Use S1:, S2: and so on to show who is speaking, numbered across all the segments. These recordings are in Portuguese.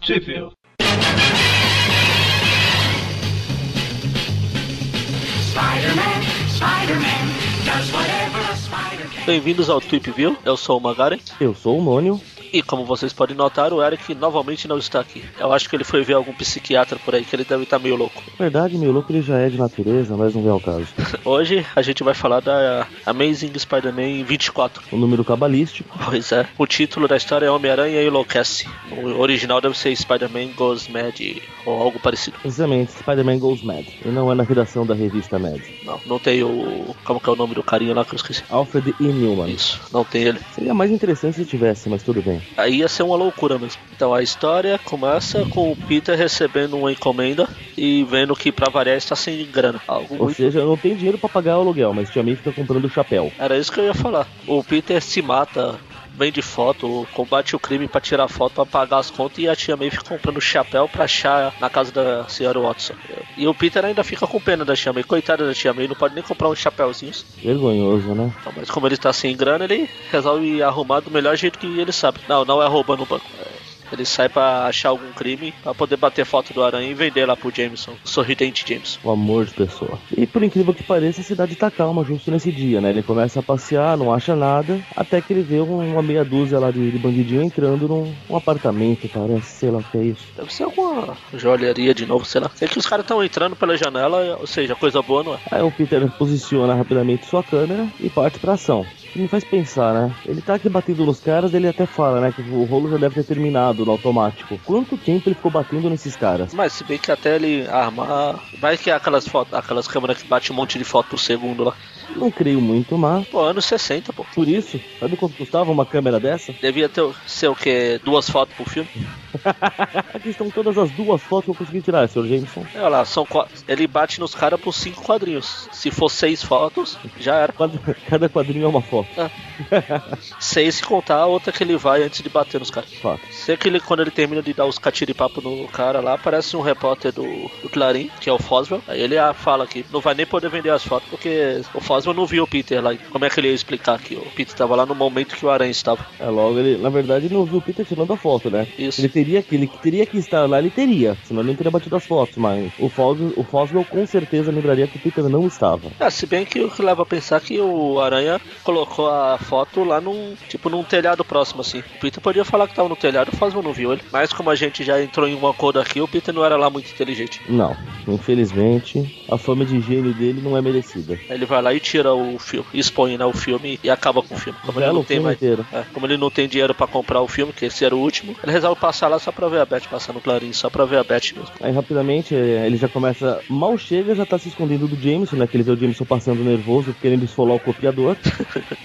S1: Tipo. Bem-vindos ao Trip View, eu sou o Magaren
S2: Eu sou o Mônio.
S1: e como vocês podem notar, o Eric novamente não está aqui. Eu acho que ele foi ver algum psiquiatra por aí, que ele deve estar meio louco.
S2: Na verdade, meu louco ele já é de natureza, mas não vem ao caso.
S1: Hoje a gente vai falar da Amazing Spider-Man 24.
S2: O Um número cabalístico.
S1: Pois é, o título da história é Homem-Aranha Enlouquece. O original deve ser Spider-Man Goes Mad ou algo parecido.
S2: Precisamente, Spider-Man Goes Mad. E não é na redação da revista Mad.
S1: Não, não tem o. Como que é o nome do carinha lá que eu esqueci?
S2: Alfred E. Newman.
S1: Isso, não tem ele.
S2: Seria mais interessante se tivesse, mas tudo bem.
S1: Aí ia ser uma loucura mesmo. Então a história começa com o Peter recebendo uma encomenda e vendo que pra variar está sem grana. Algo
S2: Ou
S1: muito-
S2: seja, não tem dinheiro pra pagar o aluguel, mas tia May fica comprando chapéu.
S1: Era isso que eu ia falar. O Peter se mata, vende foto, combate o crime pra tirar foto, pra pagar as contas e a tia May fica comprando chapéu pra achar na casa da senhora Watson. E o Peter ainda fica com pena da tia May. Coitada da tia May, não pode nem comprar uns chapéuzinhos.
S2: Vergonhoso, né?
S1: Então, mas como ele tá sem grana, ele resolve arrumar do melhor jeito que ele sabe. Não, não é roubando o banco. É, Ele sai pra achar algum crime, pra poder bater foto do Aranha e vender lá pro Jameson, o sorridente Jameson.
S2: O amor de pessoa. E por incrível que pareça, a cidade tá calma justo nesse dia, né? Ele começa a passear, não acha nada, até que ele vê um- uma meia dúzia lá de, de bandidinho entrando num um apartamento, parece, sei lá o que é isso.
S1: Deve ser alguma joalheria de novo, sei lá. É que os caras estão entrando pela janela, ou seja, coisa boa não é.
S2: Aí o Peter posiciona rapidamente sua câmera e parte pra ação. Que me faz pensar, né? Ele tá aqui batendo nos caras, ele até fala, né? Que o rolo já deve ter terminado no automático. Quanto tempo ele ficou batendo nesses caras?
S1: Mas se bem que até ele armar. Vai que é aquelas fotos, aquelas câmeras que bate um monte de foto por segundo lá.
S2: Não creio muito, mas.
S1: Pô, anos 60, pô.
S2: Por isso, sabe quanto custava uma câmera dessa?
S1: Devia ter ser o quê? Duas fotos por filme?
S2: Aqui estão todas as duas fotos que eu consegui tirar, Sr. Jameson.
S1: Olha lá, são quatro. Ele bate nos caras por cinco quadrinhos. Se for seis fotos, já era.
S2: Quadro- Cada quadrinho é uma foto,
S1: Seis se contar a outra que ele vai antes de bater nos caras.
S2: de fato.
S1: Sei que ele, quando ele termina de dar os catiripapo no cara lá, parece um repórter do, do Clarim, que é o Foswell. Aí ele ah, fala que não vai nem poder vender as fotos porque o Foswell não viu o Peter lá. Como é que ele ia explicar que o Peter estava lá no momento que o Aranha estava?
S2: É logo, ele, na verdade, ele não viu o Peter tirando a foto, né?
S1: Isso.
S2: Ele teria que, ele teria que estar lá, ele teria, senão ele não teria batido as fotos, mas o Foswell, o Foswell com certeza lembraria que o Peter não estava.
S1: Ah, se bem que o que leva a pensar é que o Aranha colocou a foto lá num tipo num telhado próximo assim. O Peter podia falar que estava no telhado, o Foswell não viu ele. Mas como a gente já entrou em um acordo aqui, o Peter não era lá muito inteligente.
S2: Não, infelizmente, a fama de gênio dele não é merecida.
S1: Aí Ele vai lá e tira o filme, expõe né, o filme e acaba com o filme. Como ele
S2: Belo
S1: não tem
S2: filme
S1: mais.
S2: inteiro.
S1: É, como ele não tem dinheiro pra comprar o filme, que esse era o último, ele resolve passar lá só pra ver a Beth, passar no Clarim, só pra ver a Beth mesmo.
S2: Aí rapidamente eh, ele já começa, mal chega, já tá se escondendo do Jameson, né? Que ele vê o Jameson passando nervoso, querendo esfolar o copiador.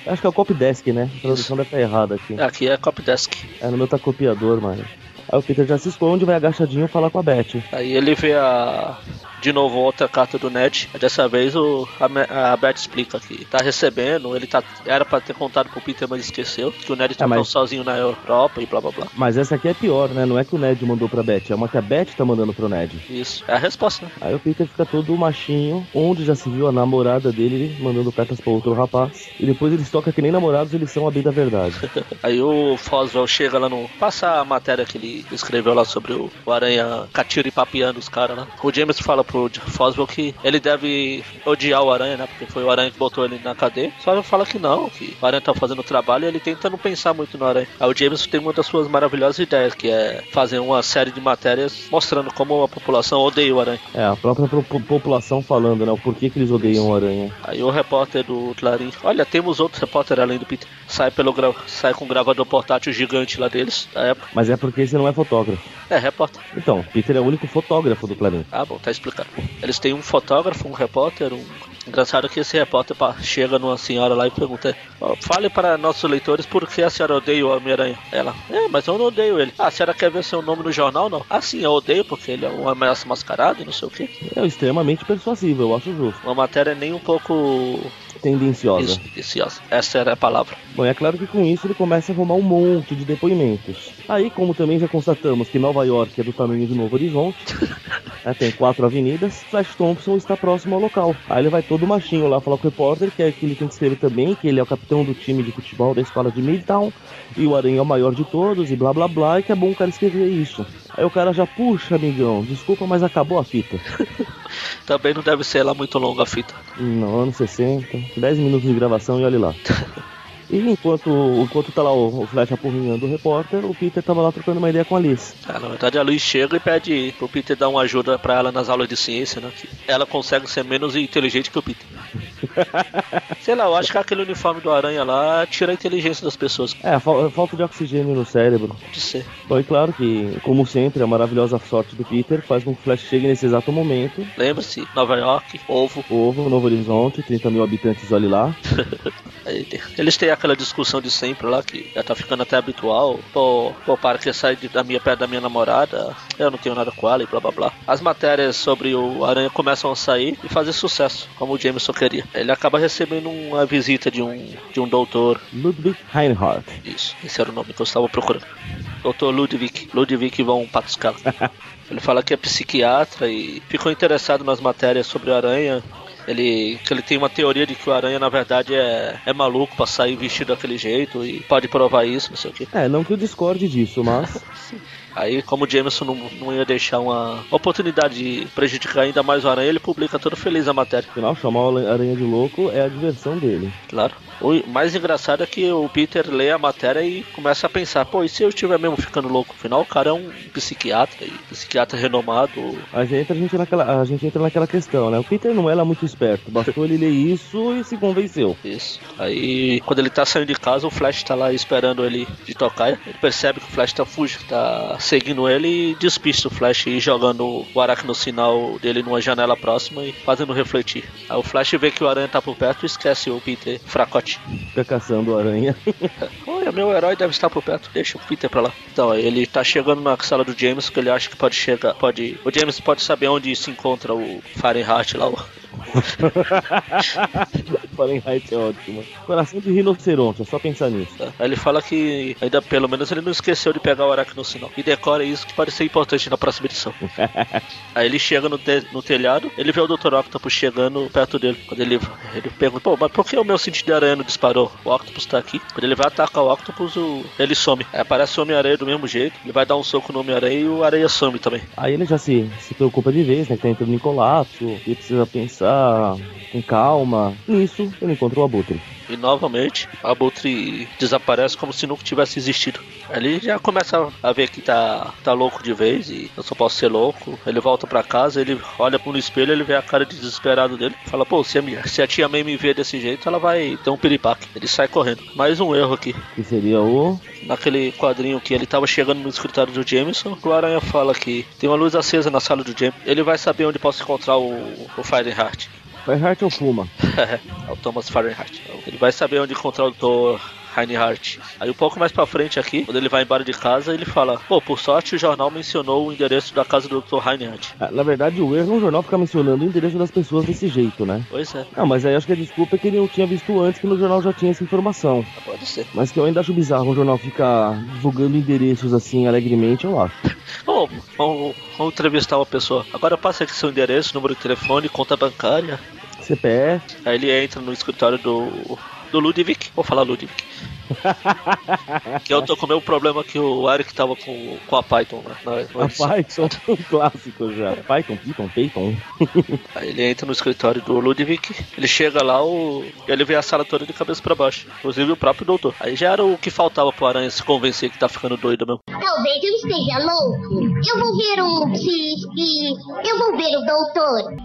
S2: Acho que é o copy desk, né? A tradução deve estar errada aqui.
S1: Aqui é Copdesk.
S2: É, no meu tá copiador, mano. Aí o Peter já se esconde, vai agachadinho falar com a Beth.
S1: Aí ele vê a. De novo, outra carta do Ned. Dessa vez o, a, Me- a Beth explica que tá recebendo, ele tá, era pra ter contado pro Peter, mas esqueceu. Que o Ned tá
S2: Ah, mas-
S1: tão sozinho na Europa e blá blá blá.
S2: Mas essa aqui é pior, né? Não é que o Ned mandou pra Beth, é uma que a Beth tá mandando pro Ned.
S1: Isso. É a resposta, né?
S2: Aí o Peter fica todo machinho, onde já se viu a namorada dele mandando cartas pra outro rapaz. E depois eles tocam que nem namorados, eles são a bem da verdade.
S1: Aí o Foswell chega lá no. Passa a matéria que ele escreveu lá sobre o, o Aranha catiripapeando os caras lá. O James fala pro J- Foswell que ele deve odiar o Aranha, né? Porque foi o Aranha que botou ele na cadeia. Só ele fala que não, que o Aranha tá fazendo o trabalho e ele tenta não pensar muito no Aranha. Aí o James tem uma das suas maravilhosas ideias, que é fazer uma série de matérias mostrando como a população odeia o Aranha.
S2: É, a própria pro- população falando, né? O porquê que eles odeiam o aranha.
S1: Aí o repórter do Clarim, olha, temos outro repórter além do Peter, sai, pelo gra- sai com um gravador portátil gigante lá deles, da época.
S2: Mas é porque você não é fotógrafo.
S1: É, repórter.
S2: Então, Peter é o único fotógrafo do planeta.
S1: Ah, bom, tá explicado. Eles têm um fotógrafo, um repórter, um. Engraçado que esse repórter pa- chega numa senhora lá e pergunta: "Ó, Fale para nossos leitores por que a senhora odeia o Homem-Aranha. Ela: É, mas eu não odeio ele. Ah, a senhora quer ver seu nome no jornal? Não. Ah, sim, eu odeio porque ele é uma ameaça mascarada e não sei o quê.
S2: É extremamente persuasivo, eu acho justo.
S1: Uma matéria nem um pouco.
S2: Tendenciosa.
S1: Isso, isso, isso. essa era a palavra.
S2: Bom, é claro que com isso ele começa a arrumar um monte de depoimentos. Aí, como também já constatamos que Nova York é do tamanho de Novo Horizonte, né, tem quatro avenidas. Flash Thompson está próximo ao local. Aí ele vai todo machinho lá falar com o repórter, que é aquele que tem que escrever também, que ele é o capitão do time de futebol da escola de Midtown, e o Aranha é o maior de todos, e blá blá blá, e que é bom o cara escrever isso. Aí o cara já, puxa, amigão, desculpa, mas acabou a fita.
S1: Também não deve ser lá muito longa a fita.
S2: Não, anos 60, 10 minutos de gravação e olha lá. E enquanto, enquanto tá lá o, o Flash apurrinhando o repórter, o Peter tava lá trocando uma ideia com a Liz.
S1: Ah, na verdade, a Luiz chega e pede pro Peter dar uma ajuda pra ela nas aulas de ciência, né? Que ela consegue ser menos inteligente que o Peter. Sei lá, eu acho que aquele uniforme do Aranha lá tira a inteligência das pessoas.
S2: É, a fal- a falta de oxigênio no cérebro.
S1: Pode ser.
S2: Bom, e claro que, como sempre, a maravilhosa sorte do Peter faz com que o Flash chegue nesse exato momento.
S1: Lembra-se, Nova York, ovo.
S2: Ovo, Novo Horizonte, 30 mil habitantes, olhe lá.
S1: Aí, é, Eles têm aquela discussão de sempre lá, que já tá ficando até habitual. Pô, pô para que sai de- da minha perto da minha namorada, eu não tenho nada com ela e blá blá blá. As matérias sobre o Aranha começam a sair e fazer sucesso, como o Jameson queria. Ele acaba recebendo uma visita de um, de um doutor,
S2: Ludwig Reinhardt.
S1: isso, esse era o nome que eu estava procurando. Doutor Ludwig, Ludwig von Pascal. Ele fala que é psiquiatra e ficou interessado nas matérias sobre o Aranha. Ele, que ele tem uma teoria de que o Aranha, na verdade, é, é maluco pra sair vestido daquele jeito e pode provar isso, não sei o quê.
S2: É, não que eu discorde disso, mas.
S1: Aí, como o Jameson não, não ia deixar uma oportunidade de prejudicar ainda mais o Aranha, ele publica todo feliz a matéria,
S2: Afinal, chamar o Aranha de Louco é a diversão dele.
S1: claro. O mais engraçado é que o Peter lê a matéria e começa a pensar: pô, e se eu estiver mesmo ficando louco? Afinal, o cara é um psiquiatra, e psiquiatra renomado,
S2: A gente, entra- a, gente naquela, a gente entra naquela questão, né? O Peter não é lá muito esperto, bastou ele ler isso e se convenceu.
S1: Isso. Aí, quando ele tá saindo de casa, o Flash tá lá esperando ele de tocar. Ele percebe que o Flash tá fugindo, tá seguindo ele e despista o Flash e jogando o aracno sinal dele numa janela próxima e fazendo refletir. Aí o Flash vê que o Aranha tá por perto e esquece o Peter fracote.
S2: Fica caçando o aranha.
S1: Olha, meu herói deve estar por perto, deixa o Peter pra lá. Então, aí ele tá chegando na sala do James, que ele acha que pode chegar, pode... O James pode saber onde se encontra o Fahrenheit lá, o-
S2: Fahrenheit é ótimo. Coração de rinoceronte, é só pensar nisso.
S1: Tá? Aí ele fala que ainda pelo menos ele não esqueceu de pegar o aracno sinal. E decora isso que parece ser importante na próxima edição. Aí ele chega no, te- no telhado, ele vê o Dr. Octopus chegando perto dele. Quando ele, ele pergunta, pô, mas por que o meu sentido de aranha não disparou? O Octopus tá aqui. Quando ele vai atacar o Octopus, o- ele some. Aí aparece o Homem-Aranha do mesmo jeito, ele vai dar um soco no Homem-Aranha e o Aranha some também.
S2: Aí ele já se, se preocupa de vez, né? Que tá entrando em colapso, ele precisa pensar com calma. Nisso, ele encontra o Abutre.
S1: E novamente, a Abutre desaparece como se nunca tivesse existido. Ele já começa a ver que tá, tá louco de vez e eu só posso ser louco. Ele volta pra casa, ele olha pro espelho, ele vê a cara de desesperado dele. Fala, pô, se a, minha, se a tia May me ver desse jeito, ela vai ter um piripaque. Ele sai correndo. Mais um erro aqui.
S2: Que seria o.
S1: Naquele quadrinho que ele tava chegando no escritório do Jameson, o Aranha fala que tem uma luz acesa na sala do Jameson. Ele vai saber onde posso encontrar o, o Fireheart.
S2: Fahrenheit ou Fuma?
S1: é o Thomas Fahrenheit. Ele vai saber onde encontrar o Dr. Reinhardt. Aí um pouco mais pra frente aqui, quando ele vai embora de casa, ele fala: Pô, por sorte o jornal mencionou o endereço da casa do Dr. Reinhardt.
S2: Ah, Na verdade, o erro é um jornal ficar mencionando o endereço das pessoas desse jeito, né?
S1: Pois é,
S2: Não, mas aí acho que a desculpa é que ele não tinha visto antes que no jornal já tinha essa informação.
S1: pode ser.
S2: Mas que eu ainda acho bizarro o jornal ficar divulgando endereços assim alegremente, eu acho.
S1: Bom, vamos, vamos entrevistar uma pessoa. Agora passa aqui seu endereço, número de telefone, conta bancária.
S2: CPF.
S1: Aí ele entra no escritório do. Do Ludwig, vou falar Ludwig. Que eu tô com o meu problema que o Eric tava com, com a Python né, na, na
S2: A
S1: edição.
S2: Python, um clássico já. Python, Python, Python.
S1: Aí ele entra no escritório do Ludwig, ele chega lá, o... ele vê a sala toda de cabeça pra baixo, inclusive o próprio doutor. Aí já era o que faltava pro Aranha se convencer que tá ficando doido mesmo.
S3: Talvez eu esteja louco. Eu vou ver um psis e eu vou ver o doutor.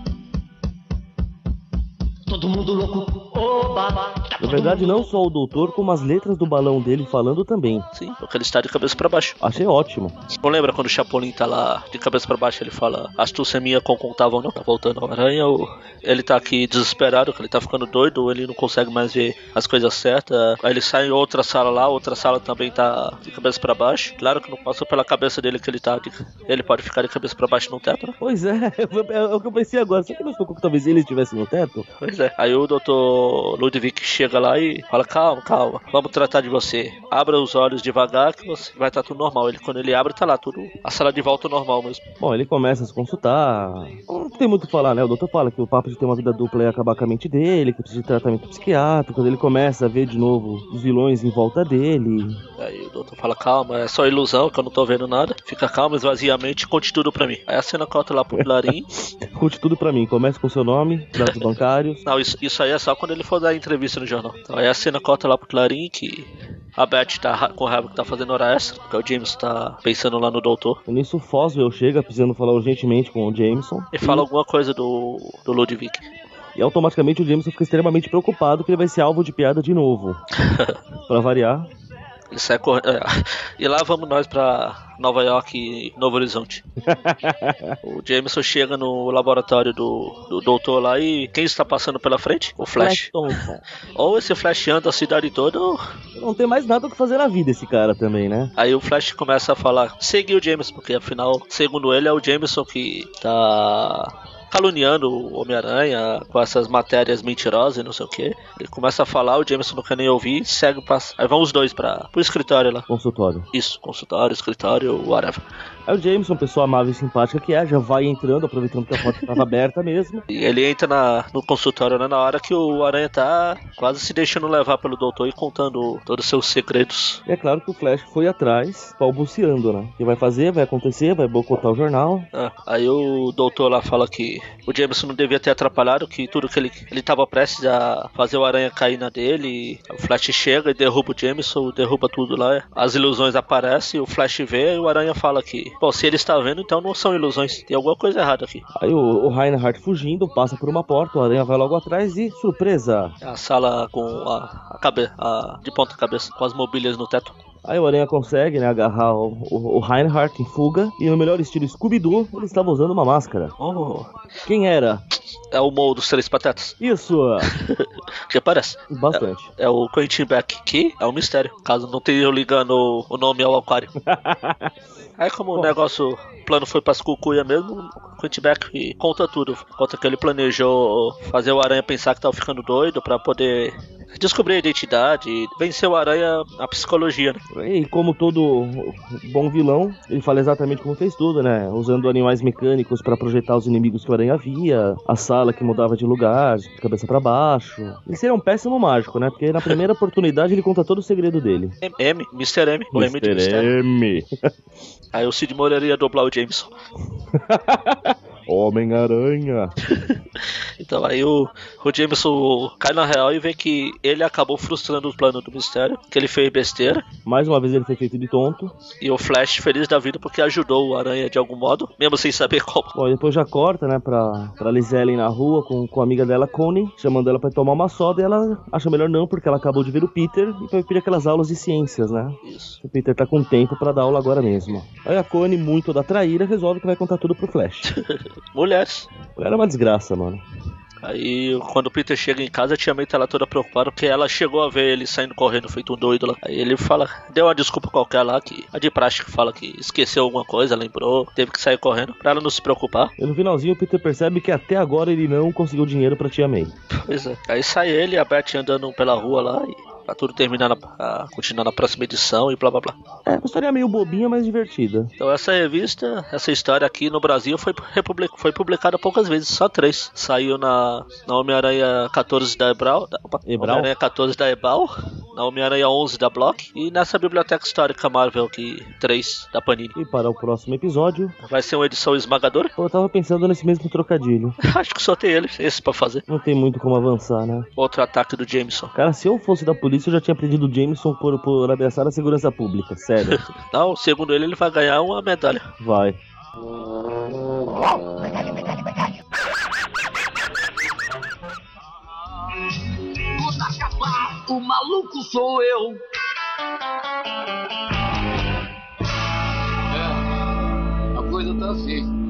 S4: Todo mundo louco. Ô, baba. Tá
S2: Na
S4: todo
S2: verdade,
S4: mundo
S2: não só o doutor, como as letras do balão dele falando também.
S1: Sim, porque ele está de cabeça pra baixo.
S2: Achei ótimo.
S1: Não lembra quando o Chapolin tá lá de cabeça pra baixo, ele fala astúcia minha concontável não, tá voltando ao aranha, ou ele tá aqui desesperado, que ele tá ficando doido, ou ele não consegue mais ver as coisas certas, aí ele sai em outra sala lá, outra sala também tá de cabeça pra baixo, claro que não passou pela cabeça dele que ele tá, de... ele pode ficar de cabeça pra baixo no teto, né?
S2: Pois é, é o que eu pensei agora. Será que não ficou que talvez ele estivesse no teto?
S1: Pois é. Aí o doutor Ludwig chega lá e fala: calma, calma, vamos tratar de você. Abra os olhos devagar que você vai estar tudo normal. Ele, quando ele abre, tá lá tudo. A sala de volta normal mesmo.
S2: Bom, ele começa a se consultar. Não tem muito o que falar, né? O doutor fala que o papo de ter uma vida dupla ia acabar com a mente dele, que precisa de tratamento psiquiátrico. Quando ele começa a ver de novo os vilões em volta dele.
S1: Aí o doutor fala: calma, é só ilusão que eu não tô vendo nada. Fica calmo, esvazia a mente, conte tudo pra mim. Aí a cena corta lá pro Pilarim.
S2: Curte tudo pra mim. Começa com seu nome, dados bancários.
S1: Não, isso, isso aí é só quando ele for dar entrevista no jornal. Então aí a cena corta lá pro Clarim que a Beth tá ra- com raiva que tá fazendo hora extra, porque o James tá pensando lá no doutor.
S2: Nisso, o Foswell chega precisando falar urgentemente com o Jameson.
S1: E fala alguma coisa do, do Ludwig.
S2: E automaticamente o Jameson fica extremamente preocupado que ele vai ser alvo de piada de novo. Pra variar.
S1: Ele sai correndo. é E lá vamos nós pra Nova York e Novo Horizonte. o Jameson chega no laboratório do, do doutor lá e quem está passando pela frente? O Flash.
S2: Thompson.
S1: Ou esse Flash anda a cidade toda, ou
S2: Não tem mais nada o que fazer na vida esse cara também, né?
S1: Aí o Flash começa a falar, seguir o Jameson, porque afinal, segundo ele, é o Jameson que tá caluniando o Homem-Aranha com essas matérias mentirosas e não sei o que. Ele começa a falar, o Jameson não quer nem ouvir, segue passa. Aí vão os dois para pro escritório lá.
S2: Consultório.
S1: Isso, consultório, escritório, whatever.
S2: Aí o Jameson, pessoa amável e simpática que é, já vai entrando, aproveitando que a porta estava aberta mesmo.
S1: E ele entra na- no consultório né, na hora que o Aranha tá quase se deixando levar pelo doutor e contando todos os seus segredos.
S2: E é claro que o Flash foi atrás, balbuciando, né? O que vai fazer, vai acontecer, vai boicotar o jornal.
S1: Ah, aí o doutor lá fala que o Jameson não devia ter atrapalhado, que tudo que ele ele tava prestes a fazer o aranha cair na dele. e o Flash chega e derruba o Jameson, derruba tudo lá. As ilusões aparecem, o Flash vê e o aranha fala que, bom, se ele está vendo, então não são ilusões, tem alguma coisa errada aqui.
S2: Aí o, o Reinhardt fugindo, passa por uma porta, o Aranha vai logo atrás e, surpresa!
S1: É A sala com a, a cabeça, de ponta cabeça, com as mobílias no teto.
S2: Aí o Aranha consegue, né, agarrar o, o, o Reinhardt em fuga. E no melhor estilo Scooby-Doo, ele estava usando uma máscara.
S1: Oh,
S2: Quem era?
S1: é o Mou dos Três Patetas,
S2: Isso!
S1: que aparece.
S2: Bastante.
S1: É o Quentin Beck, que é um mistério, caso não tenham ligando o- o nome ao aquário. Aí como o negócio, o plano foi pras cucuia mesmo, o Quentin Beck conta tudo. Conta que ele planejou fazer o Aranha pensar que tava ficando doido pra poder descobrir a identidade e vencer o Aranha na psicologia, né?
S2: E como todo bom vilão, ele fala exatamente como fez tudo, né? Usando animais mecânicos para projetar os inimigos que o Aranha via, a sala que mudava de lugar, de cabeça para baixo. Ele seria um péssimo mágico, né? Porque na primeira oportunidade ele conta todo o segredo dele.
S1: M, M, Mr. M, o M de mistério.
S2: M.
S1: Aí o Cid Moreira ia doblar o Jameson.
S2: Homem-Aranha.
S1: Então aí o, o Jameson cai na real e vê que ele acabou frustrando o plano do mistério, que ele fez besteira.
S2: Mais uma vez ele foi feito de tonto.
S1: E o Flash feliz da vida porque ajudou o Aranha de algum modo, mesmo sem saber como.
S2: Bom, e depois já corta, né, pra, pra Liz Ellen na rua com, com a amiga dela, Connie, chamando ela pra tomar uma soda e ela acha melhor não, porque ela acabou de ver o Peter e foi pedir aquelas aulas de ciências, né?
S1: Isso.
S2: O Peter tá com tempo pra dar aula agora mesmo. Aí a Connie, muito da traíra, resolve que vai contar tudo pro Flash.
S1: Mulheres.
S2: Era uma desgraça, mano.
S1: Aí quando o Peter chega em casa, a tia May tá lá toda preocupada porque ela chegou a ver ele saindo correndo feito um doido lá. Aí ele fala, deu uma desculpa qualquer lá que a de prática fala que esqueceu alguma coisa, lembrou, teve que sair correndo pra ela não se preocupar.
S2: E no finalzinho o Peter percebe que até agora ele não conseguiu dinheiro pra tia May.
S1: Pois é. Aí sai ele e a Beth andando pela rua lá e pra tudo terminar na, a- continuar na próxima edição e blá blá blá.
S2: É, uma história meio bobinha, mas divertida.
S1: Então essa revista, essa história aqui no Brasil foi, republi- foi publicada poucas vezes, só três. Saiu na, na Homem-Aranha 14 da Ebral, da, opa,
S2: Ebral?
S1: Homem-Aranha 14 da Ebal, na Homem-Aranha 11 da Block e nessa Biblioteca Histórica Marvel que 3 da Panini.
S2: E para o próximo episódio,
S1: Vai ser uma edição esmagadora?
S2: eu tava pensando nesse mesmo trocadilho.
S1: Acho que só tem ele, esse pra fazer.
S2: Não tem muito como avançar, né?
S1: Outro ataque do Jameson.
S2: Cara, se eu fosse da polícia, eu já tinha prendido o Jameson por, por ameaçar a segurança pública. Sério.
S1: Não, segundo ele, ele vai ganhar uma medalha.
S2: Vai.
S4: Tudo acabar, o maluco sou eu.
S5: É, a coisa tá assim.